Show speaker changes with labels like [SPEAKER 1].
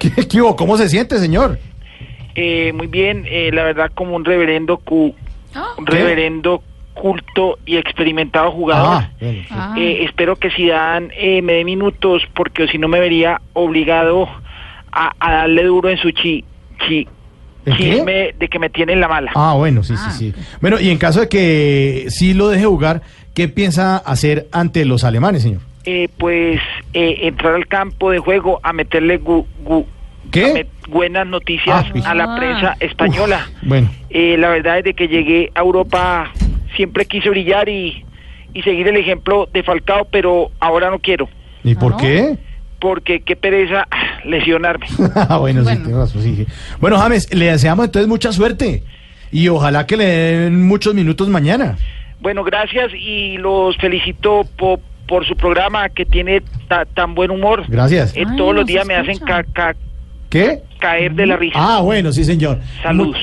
[SPEAKER 1] ¿Qué, qué hubo? ¿Cómo se siente, señor?
[SPEAKER 2] Eh, muy bien, eh, la verdad como un reverendo cu-
[SPEAKER 1] ¿Ah?
[SPEAKER 2] un reverendo culto y experimentado jugador.
[SPEAKER 1] Ah, bueno, sí.
[SPEAKER 2] Eh, espero que si dan eh, me dé minutos porque si no me vería obligado a, a darle duro en su chi, chi
[SPEAKER 1] ¿El qué?
[SPEAKER 2] chisme de que me tiene en la mala.
[SPEAKER 1] Ah, bueno, sí, sí, sí. Bueno, y en caso de que sí lo deje jugar, ¿qué piensa hacer ante los alemanes, señor?
[SPEAKER 2] Eh, pues eh, entrar al campo de juego a meterle gu- gu- a
[SPEAKER 1] ¿Qué?
[SPEAKER 2] met- buenas noticias
[SPEAKER 1] Ah, sí.
[SPEAKER 2] a la prensa Ah, española.
[SPEAKER 1] Bueno,
[SPEAKER 2] Eh, la verdad, desde que llegué a Europa, siempre quise brillar y, y seguir el ejemplo de Falcao, pero ahora no quiero,
[SPEAKER 1] ¿y por qué?
[SPEAKER 2] porque qué pereza ah, lesionarme.
[SPEAKER 1] Ah, bueno, sí, tiene razón, sí. Bueno, James, le deseamos entonces mucha suerte. Y ojalá que le den muchos minutos mañana.
[SPEAKER 2] Bueno, gracias y los felicito po- por su programa que tiene ta- tan buen humor.
[SPEAKER 1] Gracias.
[SPEAKER 2] Eh, todos los días me hacen ca- ca-
[SPEAKER 1] ¿Qué?
[SPEAKER 2] caer de la risa.
[SPEAKER 1] Ah, bueno, sí, señor.
[SPEAKER 2] Salud.